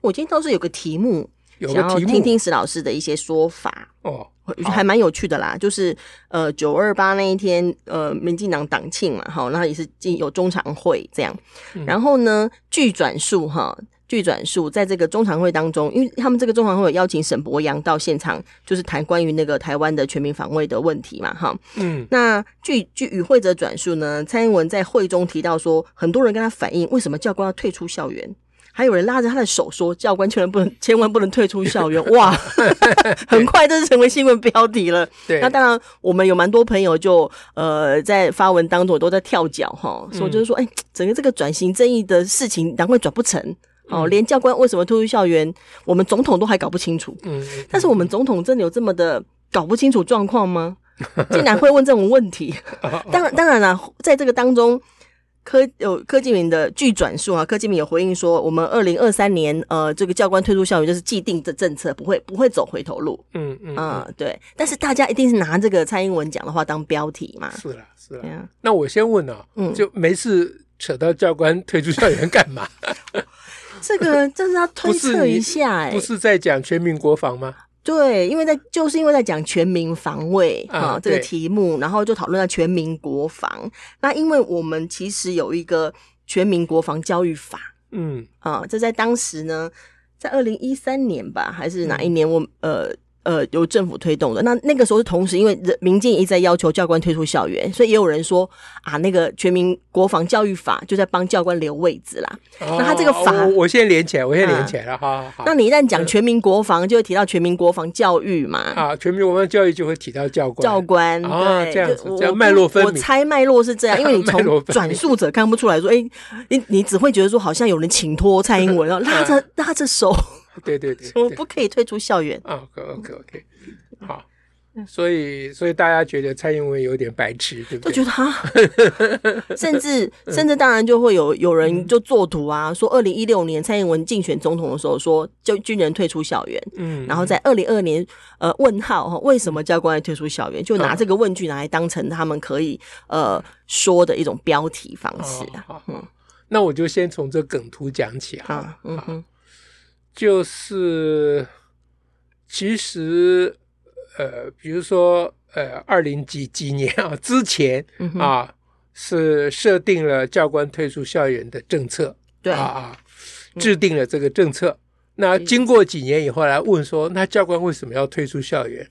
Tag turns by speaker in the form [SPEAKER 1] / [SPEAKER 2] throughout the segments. [SPEAKER 1] 我今天倒是有个题目，
[SPEAKER 2] 有个
[SPEAKER 1] 想要
[SPEAKER 2] 题目
[SPEAKER 1] 听听史老师的一些说法。
[SPEAKER 2] 哦，
[SPEAKER 1] 我觉得还蛮有趣的啦，就是呃九二八那一天，呃民进党党庆嘛，哈，那也是进有中常会这样，然后呢，据转述哈，据转述在这个中常会当中，因为他们这个中常会有邀请沈博洋到现场，就是谈关于那个台湾的全民防卫的问题嘛，哈，
[SPEAKER 2] 嗯，
[SPEAKER 1] 那据据与会者转述呢，蔡英文在会中提到说，很多人跟他反映为什么教官要退出校园，还有人拉着他的手说，教官千万不能千万不能退出校园。哇， 很快这就成为新闻标题了。
[SPEAKER 2] 对
[SPEAKER 1] 那，当然，我们有蛮多朋友就呃在发文当中都在跳脚哈，说就是说，哎、整个这个转型正义的事情，难怪转不成哦，连教官为什么退出校园，我们总统都还搞不清楚。
[SPEAKER 2] 嗯，
[SPEAKER 1] 但是我们总统真的有这么的搞不清楚状况 吗？竟然会问这种问题？当然，当然了，在这个当中，柯有柯建明的据转述啊，柯建明有回应说，我们二零二三年呃，这个教官退出校园就是既定的政策，不会不会走回头路
[SPEAKER 2] 嗯嗯嗯，
[SPEAKER 1] 啊、对。但是大家一定是拿这个蔡英文讲的话当标题嘛？
[SPEAKER 2] 是啦是
[SPEAKER 1] 对
[SPEAKER 2] 啦。
[SPEAKER 1] 啊，
[SPEAKER 2] 那我先问啊，
[SPEAKER 1] 嗯
[SPEAKER 2] 就没事扯到教官退出校园干嘛？
[SPEAKER 1] 这个真是要推
[SPEAKER 2] 不是
[SPEAKER 1] 测
[SPEAKER 2] 你
[SPEAKER 1] 一下 哎、
[SPEAKER 2] 不是在讲全民国防吗？
[SPEAKER 1] 对，因为在就是因为在讲全民防卫啊
[SPEAKER 2] 啊
[SPEAKER 1] 这个
[SPEAKER 2] 对
[SPEAKER 1] 题目，然后就讨论到全民国防。那因为我们其实有一个全民国防教育法
[SPEAKER 2] 嗯
[SPEAKER 1] 啊，这在当时呢，在二零一三年吧，还是哪一年我？呃呃，由政府推动的。那那个时候是同时，因为人民进一直在要求教官退出校园，所以也有人说啊，那个全民国防教育法就在帮教官留位置啦。
[SPEAKER 2] 那
[SPEAKER 1] 他这个法
[SPEAKER 2] 哦我我先连起来，我先
[SPEAKER 1] 啊
[SPEAKER 2] 连起来了，好好好。
[SPEAKER 1] 那你一旦讲全民国防，就会提到全民国防教育嘛。
[SPEAKER 2] 啊，全民国防教育就会提到教官，
[SPEAKER 1] 教官
[SPEAKER 2] 啊
[SPEAKER 1] 对，
[SPEAKER 2] 这样
[SPEAKER 1] 就
[SPEAKER 2] 子
[SPEAKER 1] 我
[SPEAKER 2] 这样
[SPEAKER 1] 我
[SPEAKER 2] 脉络分
[SPEAKER 1] 我
[SPEAKER 2] 明
[SPEAKER 1] 猜脉络是这样，因为你
[SPEAKER 2] 脉络
[SPEAKER 1] 从
[SPEAKER 2] 分明
[SPEAKER 1] 转述者看不出来说，哎、你你只会觉得说好像有人请托蔡英 文，然后
[SPEAKER 2] 嗯
[SPEAKER 1] 拉着拉着手，
[SPEAKER 2] 对对对，
[SPEAKER 1] 我
[SPEAKER 2] 对
[SPEAKER 1] 不可以退出校园。
[SPEAKER 2] 啊，OK OK OK，好，
[SPEAKER 1] 嗯
[SPEAKER 2] 所以所以大家觉得蔡英文有点白痴，对嗯不
[SPEAKER 1] 就觉
[SPEAKER 2] 对？
[SPEAKER 1] 得 哈，甚至甚至当然就会有有
[SPEAKER 2] 嗯
[SPEAKER 1] 人就作图啊，说二零一六年蔡英文竞选总统的时候说，就军人退出校园，
[SPEAKER 2] 嗯
[SPEAKER 1] 然后在二零二年，呃，问号哈，为什么教官要退出校园？就拿
[SPEAKER 2] 嗯
[SPEAKER 1] 这个问句拿来当成他们可以呃说的一种标题方式
[SPEAKER 2] 哦
[SPEAKER 1] 啊
[SPEAKER 2] 好，那我就先从这梗图讲起哈，
[SPEAKER 1] 啊，嗯哼。
[SPEAKER 2] 就是呃其实呃，比如说呃，二零几几年啊之前
[SPEAKER 1] 嗯哼
[SPEAKER 2] 啊、是设定了教官退出校园的政策，
[SPEAKER 1] 对，
[SPEAKER 2] 啊啊，制定了这个政策。那经过几年以后来问说，那教官为什么要退出校园？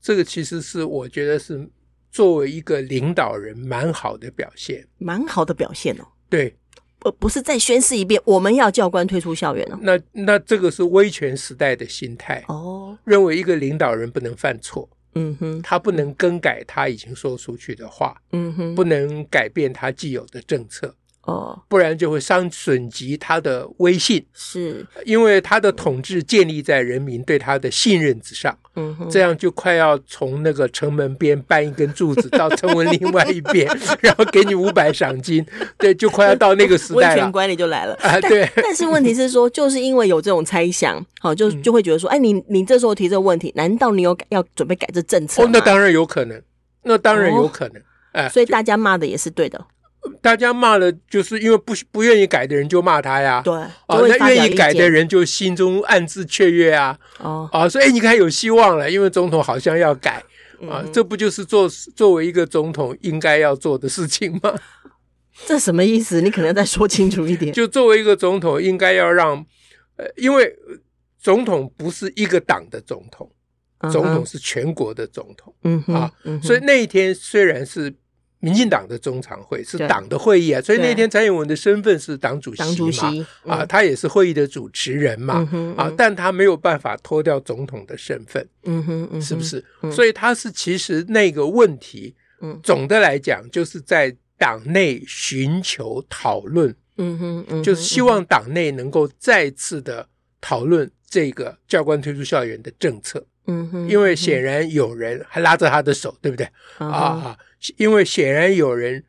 [SPEAKER 2] 这个其实是我觉得是作为一个领导人蛮好的表现。
[SPEAKER 1] 蛮好的表现哦。
[SPEAKER 2] 对，
[SPEAKER 1] 不不是再宣誓一遍，我们要教官退出校园哦。
[SPEAKER 2] 那那这个是威权时代的心态，
[SPEAKER 1] 哦，
[SPEAKER 2] 认为一个领导人不能犯错，
[SPEAKER 1] 嗯哼，
[SPEAKER 2] 他不能更改他已经说出去的话，
[SPEAKER 1] 嗯哼，
[SPEAKER 2] 不能改变他既有的政策，
[SPEAKER 1] 哦，
[SPEAKER 2] 不然就会伤损及他的威信，
[SPEAKER 1] 是，
[SPEAKER 2] 因为他的统治建立在人民对他的信任之上。
[SPEAKER 1] 嗯哼，
[SPEAKER 2] 这样就快要从那个城门边搬一根柱子到城门另外一 边，然后给你五百赏金，对，就快要到那个时
[SPEAKER 1] 温
[SPEAKER 2] 代
[SPEAKER 1] 泉
[SPEAKER 2] 了
[SPEAKER 1] 管理就来 了。
[SPEAKER 2] 啊！对，
[SPEAKER 1] 但是问题是说，就是因为有这种猜想，好、就
[SPEAKER 2] 嗯
[SPEAKER 1] 就会觉得说，哎，你你这时候提这个问题，难道你有改要准备改这政策
[SPEAKER 2] 哦
[SPEAKER 1] 吗？，
[SPEAKER 2] 那当然有可能，那当然
[SPEAKER 1] 哦
[SPEAKER 2] 有可能，哎，
[SPEAKER 1] 所以大家骂的也是对的，
[SPEAKER 2] 啊大家骂了，就是因为不不愿意改的人就骂他呀，
[SPEAKER 1] 对，
[SPEAKER 2] 啊
[SPEAKER 1] 就，会
[SPEAKER 2] 那
[SPEAKER 1] 发表
[SPEAKER 2] 愿
[SPEAKER 1] 意
[SPEAKER 2] 意改的
[SPEAKER 1] 见
[SPEAKER 2] 人就心中暗自雀跃啊，
[SPEAKER 1] 哦，
[SPEAKER 2] 啊，所以你看有希望了，因为总统好像要改啊，
[SPEAKER 1] 嗯
[SPEAKER 2] 这不就是做作为一个总统应该要做的事情吗？
[SPEAKER 1] 这什么意思？你可能要再说清楚一点。
[SPEAKER 2] 就作为一个总统，应该要让，呃，因为呃总统不是一个党的总统，总统是全国的总统，
[SPEAKER 1] 嗯哼，嗯哼，
[SPEAKER 2] 啊
[SPEAKER 1] 嗯哼
[SPEAKER 2] 所以那一天虽然是民进党的中常会，是
[SPEAKER 1] 对
[SPEAKER 2] 党的会议啊，所以
[SPEAKER 1] 对
[SPEAKER 2] 那天蔡英文的身份是党主席嘛，
[SPEAKER 1] 党主席
[SPEAKER 2] 啊，，他也是会议的主持人嘛
[SPEAKER 1] 嗯，哼，
[SPEAKER 2] 啊，但他没有办法脱掉总统的身份，
[SPEAKER 1] 嗯哼，嗯哼，
[SPEAKER 2] 是不是？
[SPEAKER 1] 嗯
[SPEAKER 2] 所以他是其实那个问题，
[SPEAKER 1] 嗯
[SPEAKER 2] 总的来讲就是在党内寻求讨论。
[SPEAKER 1] 嗯哼？嗯哼，
[SPEAKER 2] 就是希望党内能够再次的讨论这个教官退出校园的政策，
[SPEAKER 1] 嗯哼，
[SPEAKER 2] 因为显然有人还拉着他的手，对不对？
[SPEAKER 1] 啊
[SPEAKER 2] 啊，啊，因为显然有人，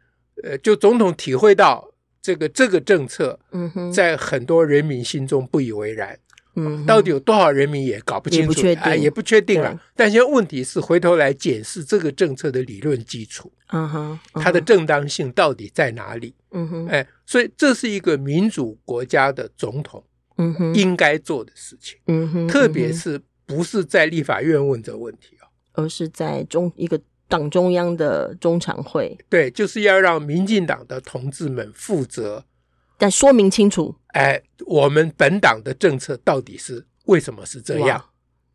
[SPEAKER 2] 呃，就总统体会到这个这个政策
[SPEAKER 1] 嗯哼，
[SPEAKER 2] 在很多人民心中不以为然，
[SPEAKER 1] 嗯哼
[SPEAKER 2] 到底有多少人民也搞不清
[SPEAKER 1] 也
[SPEAKER 2] 楚，
[SPEAKER 1] 不确定
[SPEAKER 2] 哎也不确定
[SPEAKER 1] 对
[SPEAKER 2] 了。但现在问题是，回头来检视这个政策的理论基础，
[SPEAKER 1] 嗯哼，
[SPEAKER 2] 它的正当性到底在哪里？
[SPEAKER 1] 嗯哼
[SPEAKER 2] 哎，所以这是一个民主国家的总统
[SPEAKER 1] 嗯哼
[SPEAKER 2] 应该做的事情，
[SPEAKER 1] 嗯哼，
[SPEAKER 2] 特
[SPEAKER 1] 嗯
[SPEAKER 2] 别
[SPEAKER 1] 哼
[SPEAKER 2] 是不是在立法院问这个问题啊？
[SPEAKER 1] 而是在中一个党中央的中常会，
[SPEAKER 2] 对，就是要让民进党的同志们负责。
[SPEAKER 1] 但说明清楚
[SPEAKER 2] 哎，我们本党的政策到底是为什么是这样？
[SPEAKER 1] 哇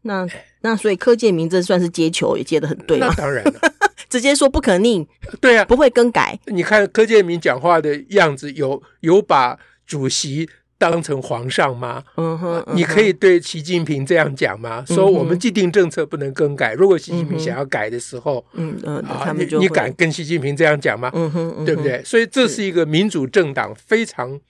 [SPEAKER 1] 那那所以柯建明这算是接球也接得很对
[SPEAKER 2] 哎
[SPEAKER 1] 啊
[SPEAKER 2] 那
[SPEAKER 1] 嘛，
[SPEAKER 2] 当然了，
[SPEAKER 1] 直接说不可逆，
[SPEAKER 2] 对啊，
[SPEAKER 1] 不会更改，
[SPEAKER 2] 你看柯建明讲话的样子有，有把主席当成皇上吗？
[SPEAKER 1] 嗯哼，
[SPEAKER 2] 啊你可以对习近平这样讲吗？说我们既定政策不能更改，如果习近平想要改的时候，
[SPEAKER 1] 嗯哼，嗯呃，
[SPEAKER 2] 啊，
[SPEAKER 1] 他
[SPEAKER 2] 你
[SPEAKER 1] 们就
[SPEAKER 2] 你
[SPEAKER 1] 会
[SPEAKER 2] 敢，跟习近平这样讲吗？
[SPEAKER 1] 嗯哼，嗯哼
[SPEAKER 2] 对不？对？所以这是一个民主政党非常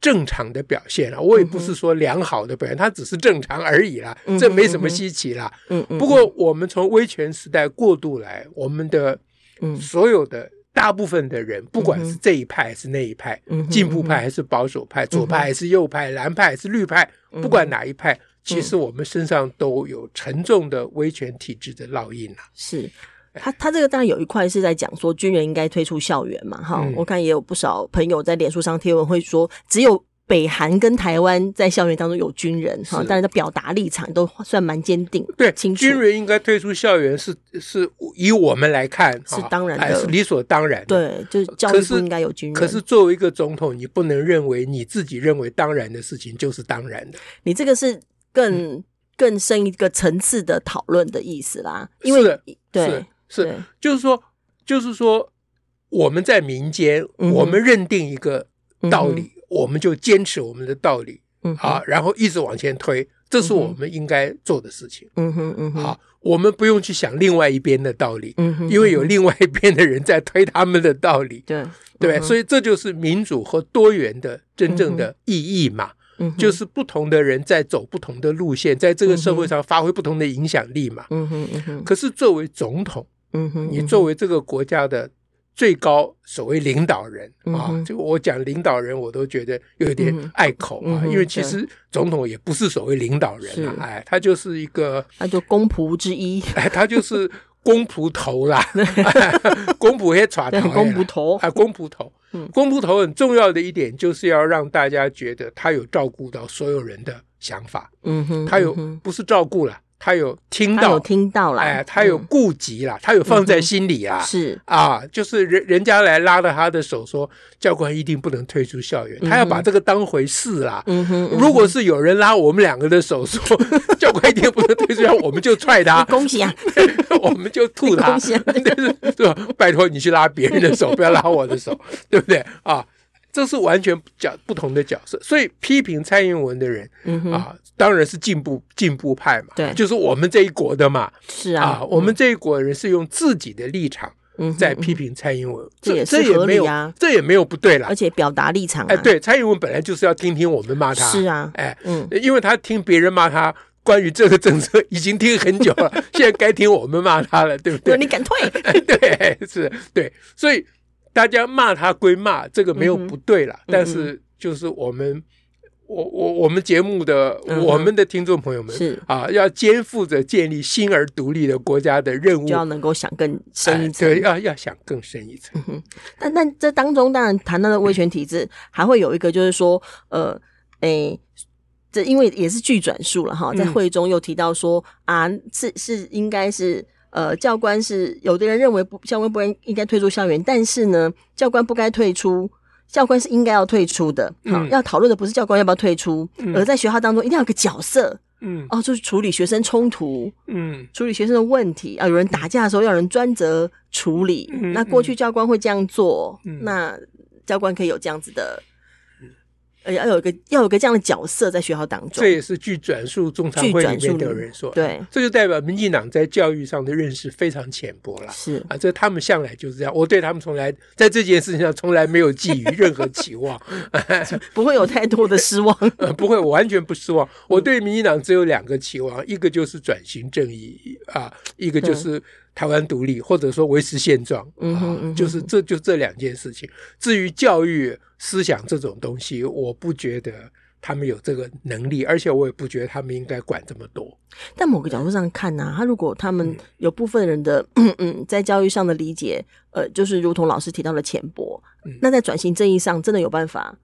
[SPEAKER 2] 正常的表现啊。我也不是说良好的表现，它只是正常而已啦
[SPEAKER 1] 嗯嗯，哼
[SPEAKER 2] 这没什么稀奇啦。
[SPEAKER 1] 嗯嗯，
[SPEAKER 2] 不过我们从威权时代过渡来，我们的
[SPEAKER 1] 嗯
[SPEAKER 2] 所有的大部分的人，不管是这一派还是那一派
[SPEAKER 1] 嗯哼，嗯
[SPEAKER 2] 进步派还是保守派，左派还是右派，蓝派还是绿派，不管哪一派，其
[SPEAKER 1] 嗯
[SPEAKER 2] 实我们身上都有沉重的威权体制的烙印啊。
[SPEAKER 1] 是。他他这个当然有一块是在讲说军人应该退出校园嘛，哈、
[SPEAKER 2] 嗯
[SPEAKER 1] 我看也有不少朋友在脸书上贴文会说，只有北韩跟台湾在校园当中有军人哈，
[SPEAKER 2] 是
[SPEAKER 1] 但是表达立场都算蛮坚定，
[SPEAKER 2] 对，
[SPEAKER 1] 清楚
[SPEAKER 2] 军人应该退出校园是是以我们来看啊
[SPEAKER 1] 是当然的
[SPEAKER 2] 哎是理所当然的。
[SPEAKER 1] 对，就是教
[SPEAKER 2] 可
[SPEAKER 1] 育
[SPEAKER 2] 是
[SPEAKER 1] 部应该有军人。
[SPEAKER 2] 可是作为一个总统，你不能认为你自己认为当然的事情就是当然的。
[SPEAKER 1] 你这个是更、更深一个层次的讨论的意思啦，因为
[SPEAKER 2] 是的
[SPEAKER 1] 对
[SPEAKER 2] 是是，
[SPEAKER 1] 对
[SPEAKER 2] 就是说，就是说，我们在民间，
[SPEAKER 1] 嗯哼
[SPEAKER 2] 我们认定一个道
[SPEAKER 1] 嗯
[SPEAKER 2] 理，我们就坚持我们的道理
[SPEAKER 1] 嗯哼
[SPEAKER 2] 啊，然后一直往前推，这是
[SPEAKER 1] 嗯哼
[SPEAKER 2] 我们应该做的事情
[SPEAKER 1] 嗯哼嗯哼
[SPEAKER 2] 啊。我们不用去想另外一边的道理，
[SPEAKER 1] 嗯哼，
[SPEAKER 2] 因为有
[SPEAKER 1] 嗯哼
[SPEAKER 2] 另外一边的人在推他们的道理，
[SPEAKER 1] 对
[SPEAKER 2] 对，所以这就是民主和多元的真正
[SPEAKER 1] 嗯
[SPEAKER 2] 的意义嘛。
[SPEAKER 1] 以
[SPEAKER 2] 就是不同的人在走不同的路线，在这个社会上发挥不同的影响力嘛。
[SPEAKER 1] 嗯哼嗯哼
[SPEAKER 2] 可是作为总统，
[SPEAKER 1] 嗯哼，
[SPEAKER 2] 你
[SPEAKER 1] 嗯哼
[SPEAKER 2] 作为这个国家的最高所谓领导人
[SPEAKER 1] 嗯
[SPEAKER 2] 啊
[SPEAKER 1] 哼，
[SPEAKER 2] 这个我讲领导人，我都觉得有点
[SPEAKER 1] 嗯哼
[SPEAKER 2] 碍口
[SPEAKER 1] 嗯
[SPEAKER 2] 啊，
[SPEAKER 1] 哼
[SPEAKER 2] 因为其实总统也不是所谓领导人啊
[SPEAKER 1] 是，
[SPEAKER 2] 哎，他就是一个，
[SPEAKER 1] 那就公仆之一，
[SPEAKER 2] 哎，他就是公仆 头啦，公仆也耍头
[SPEAKER 1] 对，
[SPEAKER 2] 啦，
[SPEAKER 1] 公仆头，
[SPEAKER 2] 啊，公仆头
[SPEAKER 1] 嗯，
[SPEAKER 2] 公仆头很重要的一点就是要让大家觉得他有照顾到所有人的想法，
[SPEAKER 1] 嗯哼，
[SPEAKER 2] 他有
[SPEAKER 1] 嗯哼
[SPEAKER 2] 不是照顾了，他有听
[SPEAKER 1] 他有
[SPEAKER 2] 到，
[SPEAKER 1] 听到啦，
[SPEAKER 2] 哎，他有
[SPEAKER 1] 嗯
[SPEAKER 2] 顾及啦，他有放在心里啦。
[SPEAKER 1] 是
[SPEAKER 2] 啊，就是人人家来拉着他的手说，教官一定不能退出校园，他要把这个当回事啦。
[SPEAKER 1] 嗯哼，嗯
[SPEAKER 2] 如果是有人拉我们两个的手说， 教官一定不能退出校园，我们就踹他
[SPEAKER 1] 哼，恭喜啊，
[SPEAKER 2] 我们就吐他，
[SPEAKER 1] 恭喜啊
[SPEAKER 2] 对是对吧？拜托你去拉别人的手，不要拉我的手， 对不对啊？这是完全角不同的角色，所以批评蔡英文的人
[SPEAKER 1] 嗯哼，
[SPEAKER 2] 啊，当然是进步进步派嘛，
[SPEAKER 1] 对
[SPEAKER 2] 就是我们这一国的嘛
[SPEAKER 1] 是
[SPEAKER 2] 啊，
[SPEAKER 1] 啊，
[SPEAKER 2] 我们这一国人是用自己的立场
[SPEAKER 1] 嗯哼
[SPEAKER 2] 在批，评蔡英文，
[SPEAKER 1] 这也是
[SPEAKER 2] 这也
[SPEAKER 1] 合理
[SPEAKER 2] 没有
[SPEAKER 1] 啊
[SPEAKER 2] 这也没有不对
[SPEAKER 1] 嗯
[SPEAKER 2] 啦
[SPEAKER 1] 而。且表达立场，啊
[SPEAKER 2] 哎，，对，蔡英文本来就是要听听我们骂他，
[SPEAKER 1] 是啊，
[SPEAKER 2] 哎，
[SPEAKER 1] 嗯
[SPEAKER 2] 因为他听别人骂他。关于这个政策已经听 很久了，现在该听我们骂他了，对不对
[SPEAKER 1] 对，？你敢 退，
[SPEAKER 2] 对，是，对，所以大家骂他归骂，这个没有
[SPEAKER 1] 嗯哼
[SPEAKER 2] 不对啦，
[SPEAKER 1] 嗯
[SPEAKER 2] 但是就是我们，我我我们节目的、
[SPEAKER 1] 嗯哼
[SPEAKER 2] 我们的听众朋友们
[SPEAKER 1] 是
[SPEAKER 2] 啊，要肩负着建立新而独立的国家的任务
[SPEAKER 1] 就，要能够想更深
[SPEAKER 2] 哎
[SPEAKER 1] 一层，
[SPEAKER 2] 对，要要想更深一层，
[SPEAKER 1] 但但这当中，当然谈到的威权体制，还会有一个就是说，呃，诶、这因为也是剧转述了哈，在
[SPEAKER 2] 嗯
[SPEAKER 1] 会中又提到说、啊，是是应该是呃，教官是有的人认为不教官不应应该退出校园，但是呢，教官不该退出。教官是应该要退出的，好、
[SPEAKER 2] 嗯
[SPEAKER 1] 要讨论的不是教官要不要退出，
[SPEAKER 2] 嗯
[SPEAKER 1] 而在学校当中一定要有个角色
[SPEAKER 2] 嗯
[SPEAKER 1] 哦，就是处理学生冲突，
[SPEAKER 2] 嗯
[SPEAKER 1] 处理学生的问题啊，有人打架的时候要有人专责处理。
[SPEAKER 2] 嗯
[SPEAKER 1] 那过去教官会这样做，
[SPEAKER 2] 嗯
[SPEAKER 1] 那教官可以有这样子的呃，要有一个要有一个这样的角色在学校当中
[SPEAKER 2] 这。也是据转述中常会里面的人说，
[SPEAKER 1] 对，
[SPEAKER 2] 这就代表民进党在教育上的认识非常浅薄了。
[SPEAKER 1] 是
[SPEAKER 2] 啊，这他们向来就是这样。我对他们从来在这件事情上从来没有寄予任何期望，
[SPEAKER 1] 不会有太多的失望。
[SPEAKER 2] 呃不会，我完全不失望。我
[SPEAKER 1] 嗯
[SPEAKER 2] 对民进党只有两个期望，一个就是转型正义啊，一个就是台湾独立，或者说维持现状
[SPEAKER 1] 嗯哼嗯
[SPEAKER 2] 啊
[SPEAKER 1] 哼，
[SPEAKER 2] 就是这就这两件事情。至于教育思想这种东西，我不觉得他们有这个能力，而且我也不觉得他们应该管这么多。
[SPEAKER 1] 但某个角度上看呢、他如果他
[SPEAKER 2] 嗯
[SPEAKER 1] 们有部分人的 嗯嗯，在教育上的理解，呃，就是如同老师提到的浅薄，
[SPEAKER 2] 嗯
[SPEAKER 1] 那在转型正义上真的有办法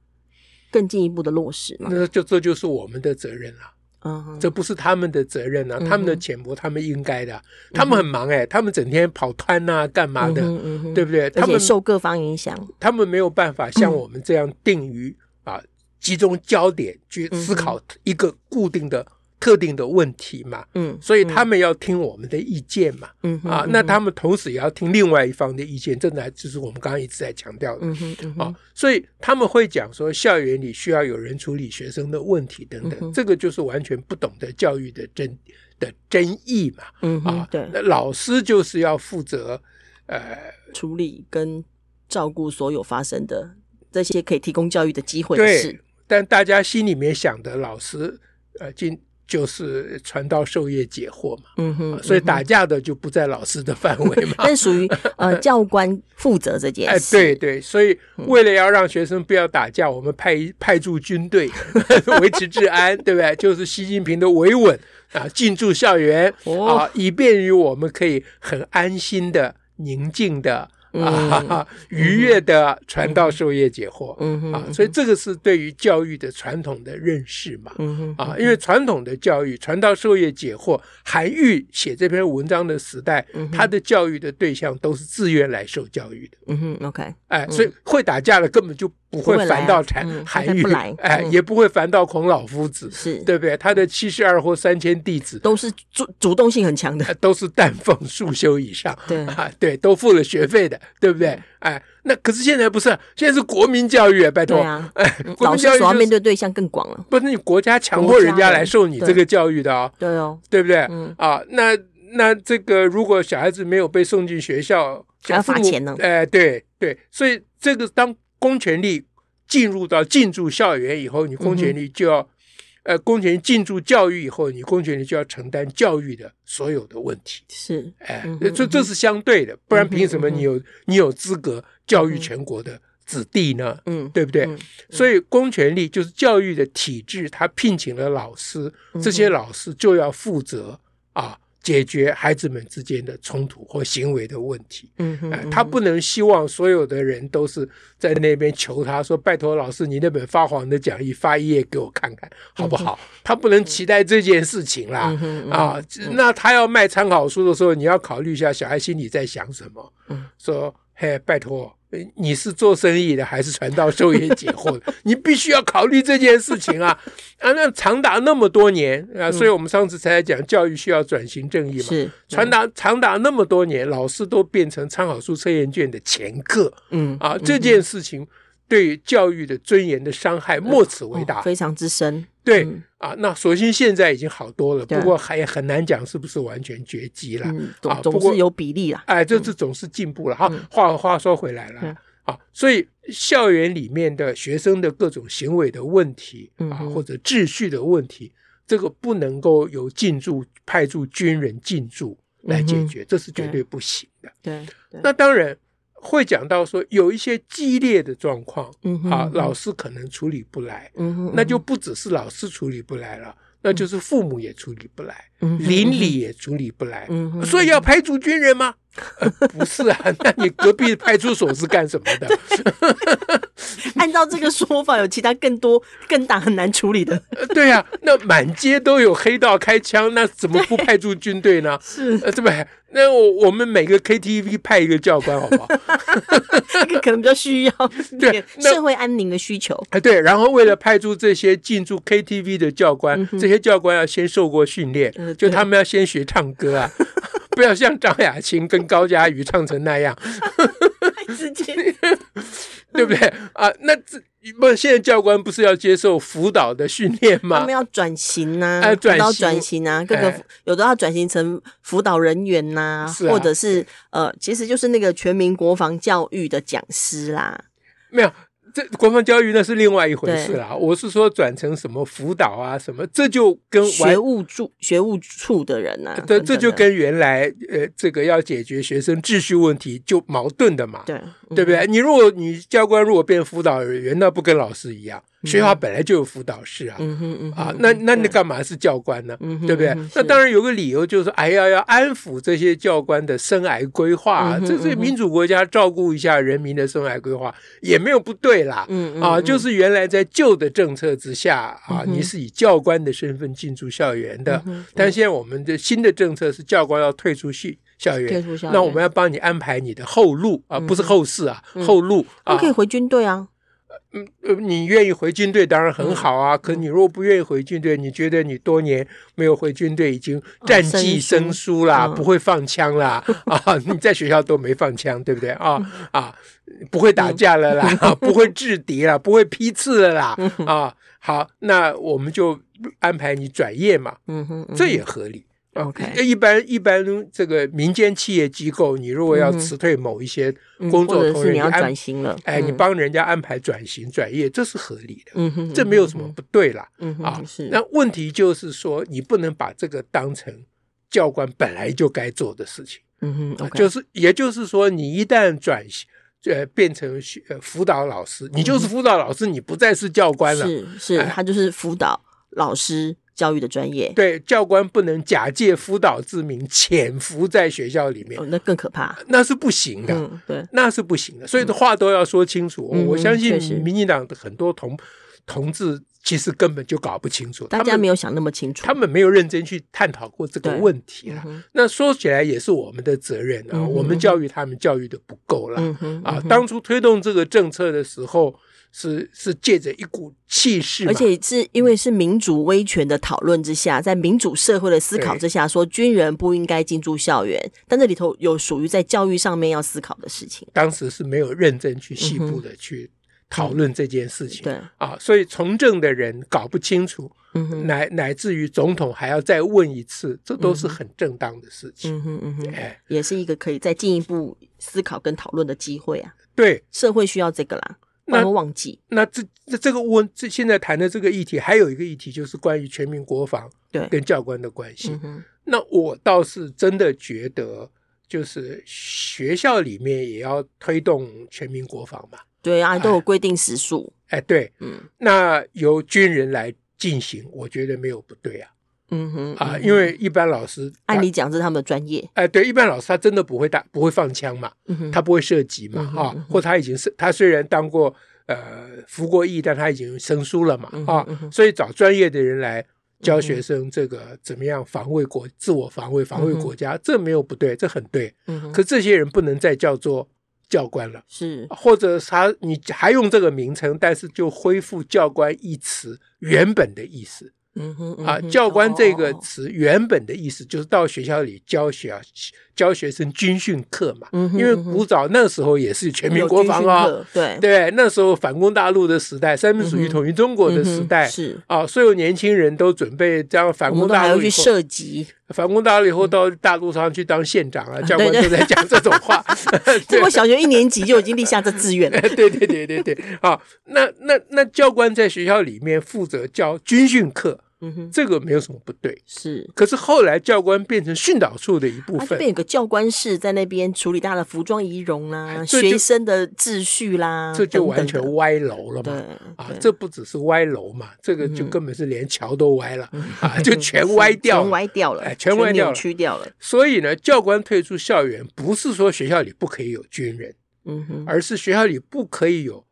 [SPEAKER 1] 更进一步的落实吗？
[SPEAKER 2] 那就这就是我们的责任了、
[SPEAKER 1] 嗯哼，
[SPEAKER 2] 嗯这不是他们的责任啊，
[SPEAKER 1] 嗯哼嗯
[SPEAKER 2] 他们的浅薄，他们应该的啊。他们很忙哎、他们整天跑摊呐、干嘛的，
[SPEAKER 1] 嗯哼嗯哼
[SPEAKER 2] 对不对？
[SPEAKER 1] 而
[SPEAKER 2] 他
[SPEAKER 1] 且
[SPEAKER 2] 们
[SPEAKER 1] 受各方影响，
[SPEAKER 2] 他们没有办法
[SPEAKER 1] 嗯
[SPEAKER 2] 像我们这样定于、啊，集中焦点去思考一个固定的、特定的问题嘛，
[SPEAKER 1] 嗯
[SPEAKER 2] 所以他们要听我们的意见嘛，
[SPEAKER 1] 嗯哼
[SPEAKER 2] 啊，
[SPEAKER 1] 嗯
[SPEAKER 2] 那
[SPEAKER 1] 哼
[SPEAKER 2] 他们同时也要听另外一方的意见，这呢就是我们刚刚一直在强调的。
[SPEAKER 1] 嗯哼嗯哼
[SPEAKER 2] 啊，所以他们会讲说，校园里需要有人处理学生的问题等
[SPEAKER 1] 嗯哼
[SPEAKER 2] 等，这个就是完全不懂得教育的真的争议嘛。
[SPEAKER 1] 嗯哼
[SPEAKER 2] 啊，
[SPEAKER 1] 对，
[SPEAKER 2] 那老师就是要负责，呃，
[SPEAKER 1] 处理跟照顾所有发生的这些可以提供教育的机会的
[SPEAKER 2] 对
[SPEAKER 1] 事，，
[SPEAKER 2] 但大家心里面想的老师，呃，今就是传道授业解惑嘛，
[SPEAKER 1] 嗯哼，
[SPEAKER 2] 啊所以
[SPEAKER 1] 嗯哼
[SPEAKER 2] 打架的就不在老师的范围嘛。
[SPEAKER 1] 但 属于呃教官负责这件
[SPEAKER 2] 哎，
[SPEAKER 1] 事，
[SPEAKER 2] 对对，所以
[SPEAKER 1] 嗯
[SPEAKER 2] 为了要让学生不要打架，我们派一派驻军队 维持治安， 对不对？就是习近平的维稳啊，进驻校园、
[SPEAKER 1] 哦
[SPEAKER 2] 啊，以便于我们可以很安心的、宁静的啊、 愉悦的传道授业解惑、
[SPEAKER 1] 嗯哼，
[SPEAKER 2] 啊。所以这个是对于教育的传统的认识嘛。
[SPEAKER 1] 嗯哼，
[SPEAKER 2] 啊，因为传统的教育，传道授业解惑，韩愈写这篇文章的时代，他的教育的对象都是自愿来受教育的。
[SPEAKER 1] 嗯哼，OK，
[SPEAKER 2] 哎，所以会打架的根本就不会
[SPEAKER 1] 不会来啊
[SPEAKER 2] 烦到韩
[SPEAKER 1] 嗯
[SPEAKER 2] 韩
[SPEAKER 1] 他才
[SPEAKER 2] 愈
[SPEAKER 1] 不来，
[SPEAKER 2] 哎，
[SPEAKER 1] 嗯
[SPEAKER 2] 也不会烦到孔老夫子，
[SPEAKER 1] 是，
[SPEAKER 2] 对不对？他的七十二或三千弟子
[SPEAKER 1] 都是主主动性很强的，
[SPEAKER 2] 呃都是丹凤数修以上，
[SPEAKER 1] 对嗯
[SPEAKER 2] 啊，对，都付了学费的，对不对？哎，那可是现在不是，啊现在是国民教育，拜
[SPEAKER 1] 对
[SPEAKER 2] 托，
[SPEAKER 1] 啊，
[SPEAKER 2] 哎，国
[SPEAKER 1] 老
[SPEAKER 2] 民
[SPEAKER 1] 师
[SPEAKER 2] 教育
[SPEAKER 1] 所要
[SPEAKER 2] 就
[SPEAKER 1] 面
[SPEAKER 2] 是
[SPEAKER 1] 对对象更广了，
[SPEAKER 2] 不是你国家强迫人家来受你这个教育的哦，
[SPEAKER 1] 对哦，
[SPEAKER 2] 对不对？
[SPEAKER 1] 嗯
[SPEAKER 2] 啊，那那这个如果小孩子没有被送进学校，
[SPEAKER 1] 还要罚
[SPEAKER 2] 父母
[SPEAKER 1] 钱呢
[SPEAKER 2] 哎、对对，所以这个当公权力进入到进驻校园以后，你公权
[SPEAKER 1] 嗯
[SPEAKER 2] 力就要、呃，公权力进驻教育以后，你公权力就要承担教育的所有的问题。
[SPEAKER 1] 是，
[SPEAKER 2] 哎
[SPEAKER 1] 嗯，
[SPEAKER 2] 这、
[SPEAKER 1] 哼
[SPEAKER 2] 这是相对的，不然凭什么
[SPEAKER 1] 嗯哼
[SPEAKER 2] 你有、你有资格教育全国的子弟呢？
[SPEAKER 1] 嗯，
[SPEAKER 2] 对不对？
[SPEAKER 1] 嗯
[SPEAKER 2] 所以公权力就是教育的体制，他聘请了老师，
[SPEAKER 1] 嗯
[SPEAKER 2] 这些老师就要负责啊解决孩子们之间的冲突或行为的问题。
[SPEAKER 1] 嗯哼
[SPEAKER 2] 哎，
[SPEAKER 1] 嗯
[SPEAKER 2] 他不能希望所有的人都是在那边求他说：“拜托老师，你那本发黄的讲义发一页给我看看，好不好？”他不能期待这件事情啦
[SPEAKER 1] 嗯哼嗯。
[SPEAKER 2] 啊，那他要卖参考书的时候，你要考虑一下小孩心里在想什么
[SPEAKER 1] 嗯。
[SPEAKER 2] 说：“嘿，拜托。”呃你是做生意的还是传道授业解 惑的？你必须要考虑这件事情啊！啊，那长达那么多年啊，所以我们上次才讲教育需要转型正义嘛。
[SPEAKER 1] 嗯是，
[SPEAKER 2] 传达长达那么多年，老师都变成参考书测验卷的前客
[SPEAKER 1] 嗯，
[SPEAKER 2] 啊！这件事情对教育的尊严的伤害莫此为
[SPEAKER 1] 哦
[SPEAKER 2] 大。
[SPEAKER 1] 非常之深，
[SPEAKER 2] 对
[SPEAKER 1] 嗯
[SPEAKER 2] 啊，那所幸现在已经好多了，
[SPEAKER 1] 对
[SPEAKER 2] 不过还也很难讲是不是完全绝迹了。
[SPEAKER 1] 嗯，
[SPEAKER 2] 啊
[SPEAKER 1] 总
[SPEAKER 2] 不
[SPEAKER 1] 总
[SPEAKER 2] 过
[SPEAKER 1] 是有比例啦，啊
[SPEAKER 2] 哎，这这总是进步了哈。话话说回来
[SPEAKER 1] 嗯
[SPEAKER 2] 了啊，所以校园里面的学生的各种行为的问题
[SPEAKER 1] 嗯
[SPEAKER 2] 啊，
[SPEAKER 1] 哼
[SPEAKER 2] 或者秩序的问题，这个不能够由进驻派驻军人进驻来解决，这是绝对不行的。
[SPEAKER 1] 嗯对，对
[SPEAKER 2] 那当然会讲到说，有一些激烈的状况
[SPEAKER 1] 嗯哼
[SPEAKER 2] 啊
[SPEAKER 1] 嗯，
[SPEAKER 2] 老师可能处理不来，
[SPEAKER 1] 嗯哼，
[SPEAKER 2] 那就不只是老师处理不来了，那就是父母也处理不来。
[SPEAKER 1] 嗯哼
[SPEAKER 2] 邻，里也处理不来，
[SPEAKER 1] 嗯哼
[SPEAKER 2] 所以要排除军人吗？呃不是啊， 那你隔壁派出所是干什么的？
[SPEAKER 1] 嗯按照这个说法，有其他更多更大很难处理 的，
[SPEAKER 2] 呃对呀、那满街都有黑道开枪，那怎么不派出军队呢？
[SPEAKER 1] 是，
[SPEAKER 2] 呃，对吧？那我我们每个 KTV 派一个教官，好不好？
[SPEAKER 1] 这个可能比较需要一
[SPEAKER 2] 对
[SPEAKER 1] 点
[SPEAKER 2] 那
[SPEAKER 1] 社会安宁的需求，
[SPEAKER 2] 啊，对，然后为
[SPEAKER 1] 嗯
[SPEAKER 2] 了派出这些进驻 KTV 的教官，这些教官要先受过训练，
[SPEAKER 1] 嗯
[SPEAKER 2] 就
[SPEAKER 1] 对
[SPEAKER 2] 他们要先学唱歌啊， 不要像张雅琴跟高佳瑜唱成那样，
[SPEAKER 1] 直接
[SPEAKER 2] 对不对啊？那这不，现在教官不是要接受辅导的训练
[SPEAKER 1] 他
[SPEAKER 2] 吗
[SPEAKER 1] 们？要转型呐、
[SPEAKER 2] 哎转
[SPEAKER 1] 辅导
[SPEAKER 2] 型
[SPEAKER 1] 转型啊，各个
[SPEAKER 2] 哎
[SPEAKER 1] 有的要转型成辅导人员呐、
[SPEAKER 2] 是啊
[SPEAKER 1] 或者是呃，其实就是那个全民国防教育的讲师啦。
[SPEAKER 2] 没有，这国防教育那是另外一回事啦。我是说转成什么辅导啊，什么，这就跟嗯完
[SPEAKER 1] 学务处学务处的人呐、啊，
[SPEAKER 2] 这
[SPEAKER 1] 等
[SPEAKER 2] 这
[SPEAKER 1] 等
[SPEAKER 2] 就
[SPEAKER 1] 的
[SPEAKER 2] 跟原来呃这个要解决学生秩序问题就矛盾的嘛，
[SPEAKER 1] 对、嗯
[SPEAKER 2] 对不对？你如果你教官如果变辅导员，那不跟老师一样，学校本来就有辅导室啊。
[SPEAKER 1] 嗯哼嗯哼
[SPEAKER 2] 啊，那那你
[SPEAKER 1] 对
[SPEAKER 2] 干嘛是教官呢？
[SPEAKER 1] 嗯哼
[SPEAKER 2] 对不对
[SPEAKER 1] 嗯哼？
[SPEAKER 2] 那
[SPEAKER 1] 是
[SPEAKER 2] 当然有个理由，就是说，哎呀，要安抚这些教官的生涯规划啊，
[SPEAKER 1] 嗯哼
[SPEAKER 2] 这
[SPEAKER 1] 嗯
[SPEAKER 2] 是
[SPEAKER 1] 哼
[SPEAKER 2] 民主国家照顾一下人民的生涯规划，也没有不对啦。
[SPEAKER 1] 嗯嗯
[SPEAKER 2] 啊，
[SPEAKER 1] 嗯
[SPEAKER 2] 就是原来在旧的政策之下啊
[SPEAKER 1] 嗯，哼
[SPEAKER 2] 你是以教官的身份进驻校园的
[SPEAKER 1] 嗯哼嗯，
[SPEAKER 2] 但现在我们的新的政策是教官要退出系校
[SPEAKER 1] 退
[SPEAKER 2] 园，
[SPEAKER 1] 出校园，
[SPEAKER 2] 那我们要帮你安排你的后路啊，
[SPEAKER 1] 嗯
[SPEAKER 2] 不是后事啊，后路啊
[SPEAKER 1] 他，可以回军队啊，
[SPEAKER 2] 呃，你愿意回军队当然
[SPEAKER 1] 嗯
[SPEAKER 2] 很好啊，可你如果不愿意回军队，你觉得你多年没有回军队，已经战绩生疏啦，
[SPEAKER 1] 哦生疏嗯
[SPEAKER 2] 不会放枪啦，啊， 你在学校都没放枪，对不对啊？
[SPEAKER 1] 嗯
[SPEAKER 2] 啊，不会打架了啦，不会制敌了，不会批次了啦，
[SPEAKER 1] 嗯
[SPEAKER 2] 啊，好，那我们就安排你转业嘛，
[SPEAKER 1] 嗯哼，嗯哼
[SPEAKER 2] 这也合理。啊
[SPEAKER 1] OK
[SPEAKER 2] 一般一般这个民间企业机构，你如果要
[SPEAKER 1] 嗯哼
[SPEAKER 2] 辞退某一些
[SPEAKER 1] 嗯
[SPEAKER 2] 工
[SPEAKER 1] 或
[SPEAKER 2] 作
[SPEAKER 1] 者
[SPEAKER 2] 同
[SPEAKER 1] 是
[SPEAKER 2] 仁，
[SPEAKER 1] 你要
[SPEAKER 2] 安
[SPEAKER 1] 转型了，
[SPEAKER 2] 哎，你
[SPEAKER 1] 嗯
[SPEAKER 2] 帮人家安排转型转业，这是合理的，
[SPEAKER 1] 嗯哼，
[SPEAKER 2] 这没有什么不对啦。
[SPEAKER 1] 嗯哼
[SPEAKER 2] 啊
[SPEAKER 1] 是
[SPEAKER 2] 那问题就是说，你不能把这个当成教官本来就该做的事情，
[SPEAKER 1] 嗯哼
[SPEAKER 2] 啊
[SPEAKER 1] OK
[SPEAKER 2] 就是也就是说，你一旦转型。呃，变成学呃辅导老师，你就是辅导老师，你不再是教官了。
[SPEAKER 1] 嗯是是，
[SPEAKER 2] 哎
[SPEAKER 1] 他就是辅导老师教育的专业，
[SPEAKER 2] 对，教官不能假借辅导之名潜伏在学校里面
[SPEAKER 1] 哦，，那更可怕，
[SPEAKER 2] 那是不行的。
[SPEAKER 1] 嗯对，
[SPEAKER 2] 那是不行的，所以的话都要说清楚。
[SPEAKER 1] 嗯
[SPEAKER 2] 我相信
[SPEAKER 1] 确实
[SPEAKER 2] 民进党的很多同同志其实根本就搞不清楚，
[SPEAKER 1] 大家没
[SPEAKER 2] 有
[SPEAKER 1] 有想那么清楚，
[SPEAKER 2] 他们没有认真去探讨过这个
[SPEAKER 1] 对
[SPEAKER 2] 问题
[SPEAKER 1] 嗯
[SPEAKER 2] 啦。
[SPEAKER 1] 哼
[SPEAKER 2] 那说起来也是我们的责任啊，
[SPEAKER 1] 嗯哼
[SPEAKER 2] 我们教育他们教育的不够啦。
[SPEAKER 1] 嗯哼
[SPEAKER 2] 啊
[SPEAKER 1] 嗯，哼
[SPEAKER 2] 当初推动这个政策的时候，是是借着一股气势嘛，
[SPEAKER 1] 而且是因为是民主威权的讨论之下，在民主社会的思考之下，说军人不应该进驻校园，但这里头有属于在教育上面要思考的事情。
[SPEAKER 2] 当时是没有认真去细部的去讨论这件事情。
[SPEAKER 1] 嗯对，
[SPEAKER 2] 啊，所以从政的人搞不清楚，
[SPEAKER 1] 嗯哼，
[SPEAKER 2] 乃乃至于总统还要再问一次，这都是很正当的事情。
[SPEAKER 1] 嗯哼，嗯哼，
[SPEAKER 2] 哎，
[SPEAKER 1] 也是一个可以再进一步思考跟讨论的机会啊。
[SPEAKER 2] 对，
[SPEAKER 1] 社会需要这个啦，不
[SPEAKER 2] 那
[SPEAKER 1] 然会忘记。
[SPEAKER 2] 那这这这个问这现在谈的这个议题，还有一个议题就是关于全民国防
[SPEAKER 1] 对，
[SPEAKER 2] 跟教官的关系。
[SPEAKER 1] 嗯哼，
[SPEAKER 2] 那我倒是真的觉得，就是学校里面也要推动全民国防嘛。
[SPEAKER 1] 对啊，都有规定时数。
[SPEAKER 2] 哎，对，
[SPEAKER 1] 嗯
[SPEAKER 2] 那由军人来进行，我觉得没有不对啊
[SPEAKER 1] 嗯哼
[SPEAKER 2] 啊，
[SPEAKER 1] 嗯哼啊
[SPEAKER 2] 因为一般老师
[SPEAKER 1] 按理讲这是他们的专业，
[SPEAKER 2] 哎，对，一般老师他真的不会打，不会放枪嘛。
[SPEAKER 1] 嗯哼，
[SPEAKER 2] 他不会涉及嘛，
[SPEAKER 1] 嗯哼
[SPEAKER 2] 哈、
[SPEAKER 1] 嗯哼
[SPEAKER 2] 或他已经是他虽然当过呃服过役，但他已经生疏了嘛
[SPEAKER 1] 嗯，哼
[SPEAKER 2] 啊、
[SPEAKER 1] 嗯哼
[SPEAKER 2] 所以找专业的人来教学
[SPEAKER 1] 嗯
[SPEAKER 2] 生这个怎么样防卫国、自我防卫、防卫
[SPEAKER 1] 嗯哼
[SPEAKER 2] 国家，这没有不对，这很对。
[SPEAKER 1] 嗯哼
[SPEAKER 2] 可这些人不能再叫做教官了，
[SPEAKER 1] 是
[SPEAKER 2] 或者他你还用这个名称，但是就恢复教官一词原本的意思。
[SPEAKER 1] 嗯哼嗯
[SPEAKER 2] 啊，
[SPEAKER 1] 哼
[SPEAKER 2] 教官这个
[SPEAKER 1] 哦
[SPEAKER 2] 词原本的意思就是到学校里教学啊，教学生军训课嘛。
[SPEAKER 1] 嗯哼
[SPEAKER 2] 因为
[SPEAKER 1] 嗯哼
[SPEAKER 2] 古早那时候也是全民
[SPEAKER 1] 有
[SPEAKER 2] 国
[SPEAKER 1] 军
[SPEAKER 2] 防
[SPEAKER 1] 训
[SPEAKER 2] 啊、
[SPEAKER 1] 课对
[SPEAKER 2] 对，那时候反攻大陆的时代，三民主
[SPEAKER 1] 嗯
[SPEAKER 2] 义
[SPEAKER 1] 哼
[SPEAKER 2] 统一中国的时
[SPEAKER 1] 嗯
[SPEAKER 2] 代
[SPEAKER 1] 哼、是。
[SPEAKER 2] 啊，所有年轻人都准备这样反
[SPEAKER 1] 我
[SPEAKER 2] 攻
[SPEAKER 1] 们都还
[SPEAKER 2] 大
[SPEAKER 1] 要
[SPEAKER 2] 陆以
[SPEAKER 1] 去
[SPEAKER 2] 后，
[SPEAKER 1] 涉及，
[SPEAKER 2] 反攻大陆以后到大陆上去当县 长啊，教官
[SPEAKER 1] 对
[SPEAKER 2] 都
[SPEAKER 1] 对
[SPEAKER 2] 在讲这种 话。
[SPEAKER 1] 这我小学一年级就已经立下这志愿了。
[SPEAKER 2] 对对对对对，啊，那那那教官在学校里面负责教军训课，
[SPEAKER 1] 嗯哼，
[SPEAKER 2] 这个没有什么不对。
[SPEAKER 1] 是。
[SPEAKER 2] 可是后来教官变成训导处的一部
[SPEAKER 1] 他啊这
[SPEAKER 2] 分，
[SPEAKER 1] 边有个教官室在那边处理大家的服装仪容啦、
[SPEAKER 2] 哎这就
[SPEAKER 1] 学生的秩序啦，
[SPEAKER 2] 这就
[SPEAKER 1] 等
[SPEAKER 2] 完
[SPEAKER 1] 等
[SPEAKER 2] 全
[SPEAKER 1] 的
[SPEAKER 2] 歪楼了嘛。
[SPEAKER 1] 对
[SPEAKER 2] 啊，
[SPEAKER 1] 对
[SPEAKER 2] 这不只是歪楼嘛，这个就
[SPEAKER 1] 嗯
[SPEAKER 2] 根本是连桥都歪了、啊，就全
[SPEAKER 1] 是
[SPEAKER 2] 歪掉
[SPEAKER 1] 全
[SPEAKER 2] 了。
[SPEAKER 1] 歪掉了，
[SPEAKER 2] 哎全歪掉了
[SPEAKER 1] 扭曲掉了。
[SPEAKER 2] 所以呢，教官退出校园，不是说学校里不可以有军人，
[SPEAKER 1] 嗯哼，
[SPEAKER 2] 而是学校里不可以有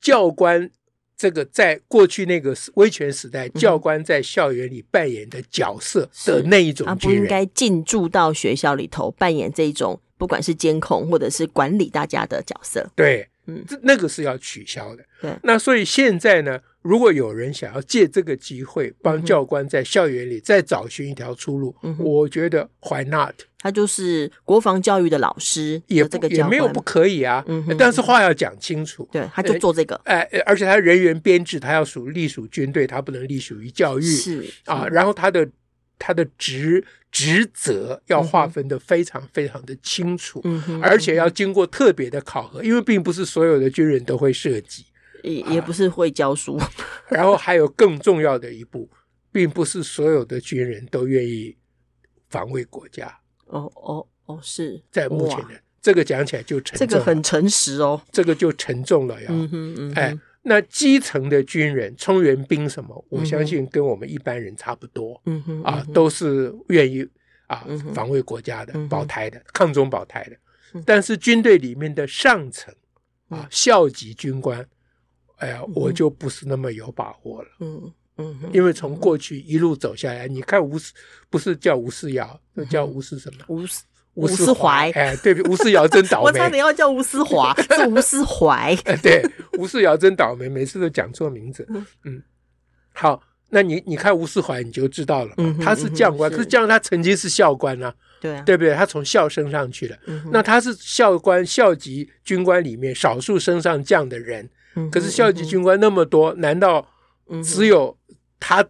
[SPEAKER 2] 教官。这个在过去那个威权时代，教官在校园里扮演的角色的
[SPEAKER 1] 嗯是
[SPEAKER 2] 那一
[SPEAKER 1] 他
[SPEAKER 2] 种
[SPEAKER 1] 啊不
[SPEAKER 2] 军
[SPEAKER 1] 应
[SPEAKER 2] 人，
[SPEAKER 1] 该进驻到学校里头扮演这种不管是监控或者是管理大家的角色。
[SPEAKER 2] 对，
[SPEAKER 1] 嗯
[SPEAKER 2] 这那个是要取消的。
[SPEAKER 1] 对
[SPEAKER 2] 那所以现在呢，如果有人想要借这个机会
[SPEAKER 1] 嗯
[SPEAKER 2] 帮
[SPEAKER 1] 哼
[SPEAKER 2] 教官在校园里再找寻一条出路，
[SPEAKER 1] 嗯哼
[SPEAKER 2] 我觉得 why not
[SPEAKER 1] 他就是国防教育的老师的
[SPEAKER 2] 也
[SPEAKER 1] 这
[SPEAKER 2] 不
[SPEAKER 1] 个
[SPEAKER 2] 也
[SPEAKER 1] 教
[SPEAKER 2] 没有
[SPEAKER 1] 官，
[SPEAKER 2] 不可以啊。
[SPEAKER 1] 嗯哼
[SPEAKER 2] 但是话要讲清楚。
[SPEAKER 1] 对，他就做这个，
[SPEAKER 2] 哎，而且他人员编制，他要属隶属军队，他不能隶属于教育
[SPEAKER 1] 是
[SPEAKER 2] 啊。然后他的他的职职责要划分的非常非常的清楚，
[SPEAKER 1] 嗯哼，
[SPEAKER 2] 而且要经过特别的考核，因为并不是所有的军人都会涉及。
[SPEAKER 1] 也
[SPEAKER 2] 啊
[SPEAKER 1] 也不是会教书，
[SPEAKER 2] 然后还有更重要的一步，并不是所有的军人都愿意防卫国家。
[SPEAKER 1] 哦哦哦，是
[SPEAKER 2] 在目前
[SPEAKER 1] 哇
[SPEAKER 2] 的这个讲起来就沉
[SPEAKER 1] 这
[SPEAKER 2] 重
[SPEAKER 1] 个
[SPEAKER 2] 了，
[SPEAKER 1] 很诚实哦，
[SPEAKER 2] 这个就沉重了呀。
[SPEAKER 1] 嗯哼嗯哼，
[SPEAKER 2] 哎，那基层的军人、冲援兵什么，
[SPEAKER 1] 嗯
[SPEAKER 2] 我
[SPEAKER 1] 哼
[SPEAKER 2] 相信跟我们一般人差不多、
[SPEAKER 1] 嗯哼
[SPEAKER 2] 啊，都是愿意啊、
[SPEAKER 1] 嗯哼
[SPEAKER 2] 防卫国家的
[SPEAKER 1] 嗯哼、
[SPEAKER 2] 保台的、抗中保台的
[SPEAKER 1] 嗯。
[SPEAKER 2] 但是军队里面的上层
[SPEAKER 1] 嗯
[SPEAKER 2] 啊，校级军官，哎呀，
[SPEAKER 1] 哼
[SPEAKER 2] 我就不是那么有把握了，
[SPEAKER 1] 嗯嗯哼，
[SPEAKER 2] 因为从过去一路走下来，你看吴世不是叫吴世尧，那叫吴世什么？
[SPEAKER 1] 吴思
[SPEAKER 2] 吴
[SPEAKER 1] 吴思怀
[SPEAKER 2] 哎，对，吴世尧真 倒
[SPEAKER 1] 我
[SPEAKER 2] 霉
[SPEAKER 1] 差。点要叫吴思 华，是吴思怀，
[SPEAKER 2] 呃对，吴世尧真倒霉，每次都讲错 名字
[SPEAKER 1] 嗯。
[SPEAKER 2] 嗯，好，那你你看吴世怀你就知道了嘛，
[SPEAKER 1] 嗯哼
[SPEAKER 2] 他是将官，
[SPEAKER 1] 嗯哼
[SPEAKER 2] 可是
[SPEAKER 1] 是
[SPEAKER 2] 将官他曾经是校官啊，
[SPEAKER 1] 对啊，
[SPEAKER 2] 对不对？他从校升上去了，
[SPEAKER 1] 嗯哼，
[SPEAKER 2] 那他是校官、校级军官里面少数升上将的人，
[SPEAKER 1] 嗯哼
[SPEAKER 2] 可是校级军官那么多，难道
[SPEAKER 1] 嗯哼
[SPEAKER 2] 只有他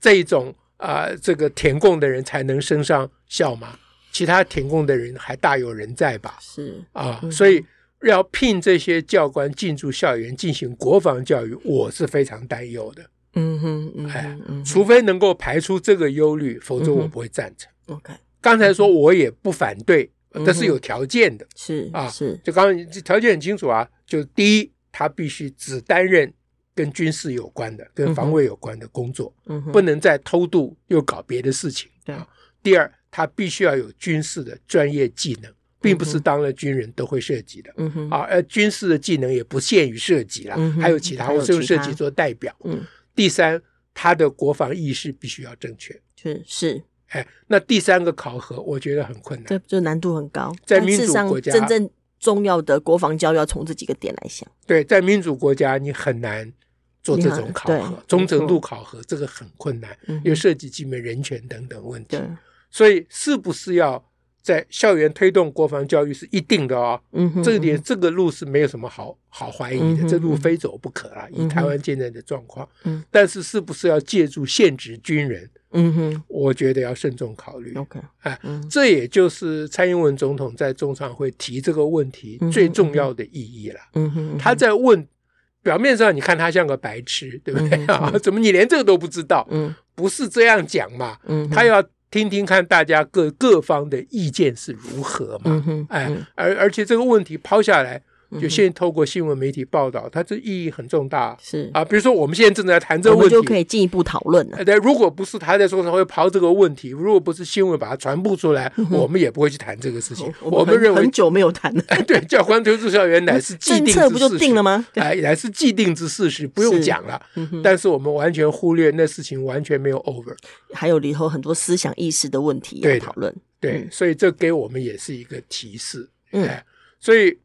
[SPEAKER 2] 这种啊、呃这个填供的人才能升上校吗？其他填供的人还大有人在吧？
[SPEAKER 1] 是
[SPEAKER 2] 啊，
[SPEAKER 1] 嗯
[SPEAKER 2] 所以要聘这些教官进驻校园进行国防教育，我是非常担忧的。
[SPEAKER 1] 嗯哼嗯
[SPEAKER 2] 哎
[SPEAKER 1] 哼嗯哼
[SPEAKER 2] 除非能够排除这个忧虑，否
[SPEAKER 1] 嗯
[SPEAKER 2] 则
[SPEAKER 1] 哼
[SPEAKER 2] 我不会赞成。
[SPEAKER 1] ，OK，
[SPEAKER 2] 刚才说我也不反对，
[SPEAKER 1] 嗯哼
[SPEAKER 2] 但是有条件的。
[SPEAKER 1] 是
[SPEAKER 2] 啊
[SPEAKER 1] 是，
[SPEAKER 2] 就刚刚这条件很清楚啊，就第一，他必须只担任跟军事有关的、跟防卫有关的工作，
[SPEAKER 1] 嗯哼，
[SPEAKER 2] 不能再偷渡又搞别的事情。
[SPEAKER 1] 对
[SPEAKER 2] 啊，第二，他必须要有军事的专业技能，并不是当了军人都会涉及的。
[SPEAKER 1] 嗯哼，
[SPEAKER 2] 啊，而军事的技能也不限于射击啦，
[SPEAKER 1] 嗯哼
[SPEAKER 2] 还有其他，
[SPEAKER 1] 还有
[SPEAKER 2] 我是用
[SPEAKER 1] 其
[SPEAKER 2] 射
[SPEAKER 1] 他
[SPEAKER 2] 击做代表。
[SPEAKER 1] 嗯，
[SPEAKER 2] 第三，他的国防意识必须要正确。
[SPEAKER 1] 是是，
[SPEAKER 2] 哎，那第三个考核，我觉得很困难。
[SPEAKER 1] 这这难度很高，
[SPEAKER 2] 在
[SPEAKER 1] 但
[SPEAKER 2] 民
[SPEAKER 1] 事实
[SPEAKER 2] 主
[SPEAKER 1] 上
[SPEAKER 2] 国家
[SPEAKER 1] 真正重要的国防教育要从这几个点来想，
[SPEAKER 2] 对，在民主国家，你很难做这
[SPEAKER 1] 你
[SPEAKER 2] 种
[SPEAKER 1] 很
[SPEAKER 2] 考
[SPEAKER 1] 对
[SPEAKER 2] 核，忠诚
[SPEAKER 1] 没
[SPEAKER 2] 度
[SPEAKER 1] 错
[SPEAKER 2] 考核这个很困难，
[SPEAKER 1] 嗯哼
[SPEAKER 2] 又涉及基本人权等等问题
[SPEAKER 1] 对。，
[SPEAKER 2] 所以，是不是要在校园推动国防教育是一定的哦？
[SPEAKER 1] 嗯哼，
[SPEAKER 2] 这
[SPEAKER 1] 嗯
[SPEAKER 2] 点
[SPEAKER 1] 哼
[SPEAKER 2] 这个路是没有什么好好怀疑
[SPEAKER 1] 嗯
[SPEAKER 2] 的，
[SPEAKER 1] 哼
[SPEAKER 2] 这路
[SPEAKER 1] 嗯哼
[SPEAKER 2] 非走不可啊！以
[SPEAKER 1] 嗯哼
[SPEAKER 2] 台湾现在的状况，
[SPEAKER 1] 嗯
[SPEAKER 2] 但是是不是要借助现职军人，
[SPEAKER 1] 嗯哼
[SPEAKER 2] 我觉得要慎重考虑。
[SPEAKER 1] ，OK，
[SPEAKER 2] 哎
[SPEAKER 1] 嗯
[SPEAKER 2] 这也就是蔡英文总统在中常会提这个问题
[SPEAKER 1] 嗯哼
[SPEAKER 2] 最重要的意义了。
[SPEAKER 1] 嗯哼，嗯
[SPEAKER 2] 他
[SPEAKER 1] 哼
[SPEAKER 2] 在问，表面上你看他像个白痴，对不对
[SPEAKER 1] 嗯
[SPEAKER 2] 啊
[SPEAKER 1] 哼？
[SPEAKER 2] 怎么你连这个都不知道？
[SPEAKER 1] 嗯
[SPEAKER 2] 不是这样讲嘛？
[SPEAKER 1] 嗯哼，
[SPEAKER 2] 他要听听看大家各各方的意见是如何嘛？
[SPEAKER 1] 嗯哼，
[SPEAKER 2] 哎
[SPEAKER 1] 嗯，
[SPEAKER 2] 而而且这个问题抛下来，
[SPEAKER 1] 嗯
[SPEAKER 2] 就
[SPEAKER 1] 哼
[SPEAKER 2] 现在透过新闻媒体报道，它这意义很重大
[SPEAKER 1] 是，
[SPEAKER 2] 啊。比如说，我们现在正在谈这个
[SPEAKER 1] 我们
[SPEAKER 2] 问
[SPEAKER 1] 就可
[SPEAKER 2] 题，
[SPEAKER 1] 以进一步讨论了
[SPEAKER 2] 呃，对，如果不是他在中常会抛这个问题，如果不是新闻把它传播出
[SPEAKER 1] 嗯
[SPEAKER 2] 来，我们也不会去谈这个事情。我们
[SPEAKER 1] 很
[SPEAKER 2] 认为
[SPEAKER 1] 哦很，久没有谈了，
[SPEAKER 2] 哎 对，教官推出校园乃是既
[SPEAKER 1] 政
[SPEAKER 2] 定之
[SPEAKER 1] 策不就
[SPEAKER 2] 事
[SPEAKER 1] 定
[SPEAKER 2] 实
[SPEAKER 1] 了？吗？
[SPEAKER 2] 哎，乃是既定之事实，不用
[SPEAKER 1] 是
[SPEAKER 2] 讲了。
[SPEAKER 1] 嗯哼，
[SPEAKER 2] 但是我们完全忽略那事情，完全没有 over。
[SPEAKER 1] 还有里头很多思想意识的问题
[SPEAKER 2] 对
[SPEAKER 1] 要
[SPEAKER 2] 的
[SPEAKER 1] 讨论，
[SPEAKER 2] 对
[SPEAKER 1] 嗯，
[SPEAKER 2] 所以这给我们也是一个提示。
[SPEAKER 1] 嗯
[SPEAKER 2] 哎，所以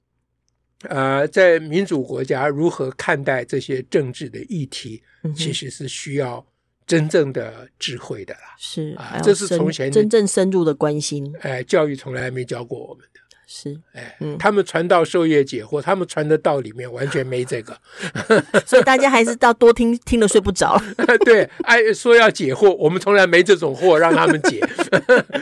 [SPEAKER 2] 呃，在民主国家如何看待这些政治的议题，
[SPEAKER 1] 嗯哼
[SPEAKER 2] 其实是需要真正的智慧的啦。
[SPEAKER 1] 是，
[SPEAKER 2] 啊
[SPEAKER 1] 还要
[SPEAKER 2] 这是
[SPEAKER 1] 深
[SPEAKER 2] 从前的
[SPEAKER 1] 真正深入的关心，
[SPEAKER 2] 哎，教育从来没教过我们的。
[SPEAKER 1] 是，
[SPEAKER 2] 哎，
[SPEAKER 1] 嗯
[SPEAKER 2] 他们传道授业解惑，他们传的道里面完全没这个。
[SPEAKER 1] 所以大家还是要多听，听了睡不着。
[SPEAKER 2] 对，哎，说要解惑，我们从来没这种货让他们解，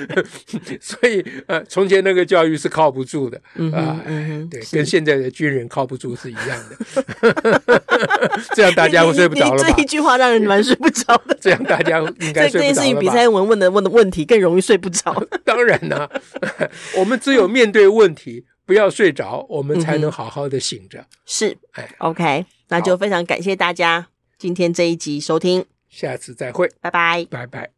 [SPEAKER 2] 所以呃，从前那个教育是靠不住的
[SPEAKER 1] 嗯
[SPEAKER 2] 啊
[SPEAKER 1] 哼、嗯哼，
[SPEAKER 2] 对，
[SPEAKER 1] 是
[SPEAKER 2] 跟现在的军人靠不住是一样的， 这样大家会睡不着
[SPEAKER 1] 你
[SPEAKER 2] 了
[SPEAKER 1] 你
[SPEAKER 2] 吧。
[SPEAKER 1] 这一？句话让人蛮睡不着的
[SPEAKER 2] 这样大家应该
[SPEAKER 1] 这这件
[SPEAKER 2] 睡不
[SPEAKER 1] 事情
[SPEAKER 2] 着
[SPEAKER 1] 比
[SPEAKER 2] 了
[SPEAKER 1] 蔡
[SPEAKER 2] 吧？哎
[SPEAKER 1] 英文问的问的问题更容易睡不着。
[SPEAKER 2] 当然啦、 我们只有面对问题，不要睡着，我们
[SPEAKER 1] 嗯
[SPEAKER 2] 才能好好的醒着。
[SPEAKER 1] 是
[SPEAKER 2] 哎，
[SPEAKER 1] ，OK，那就非常感谢大家今天这一集收听，
[SPEAKER 2] 下次再会，
[SPEAKER 1] 拜拜。
[SPEAKER 2] 拜拜。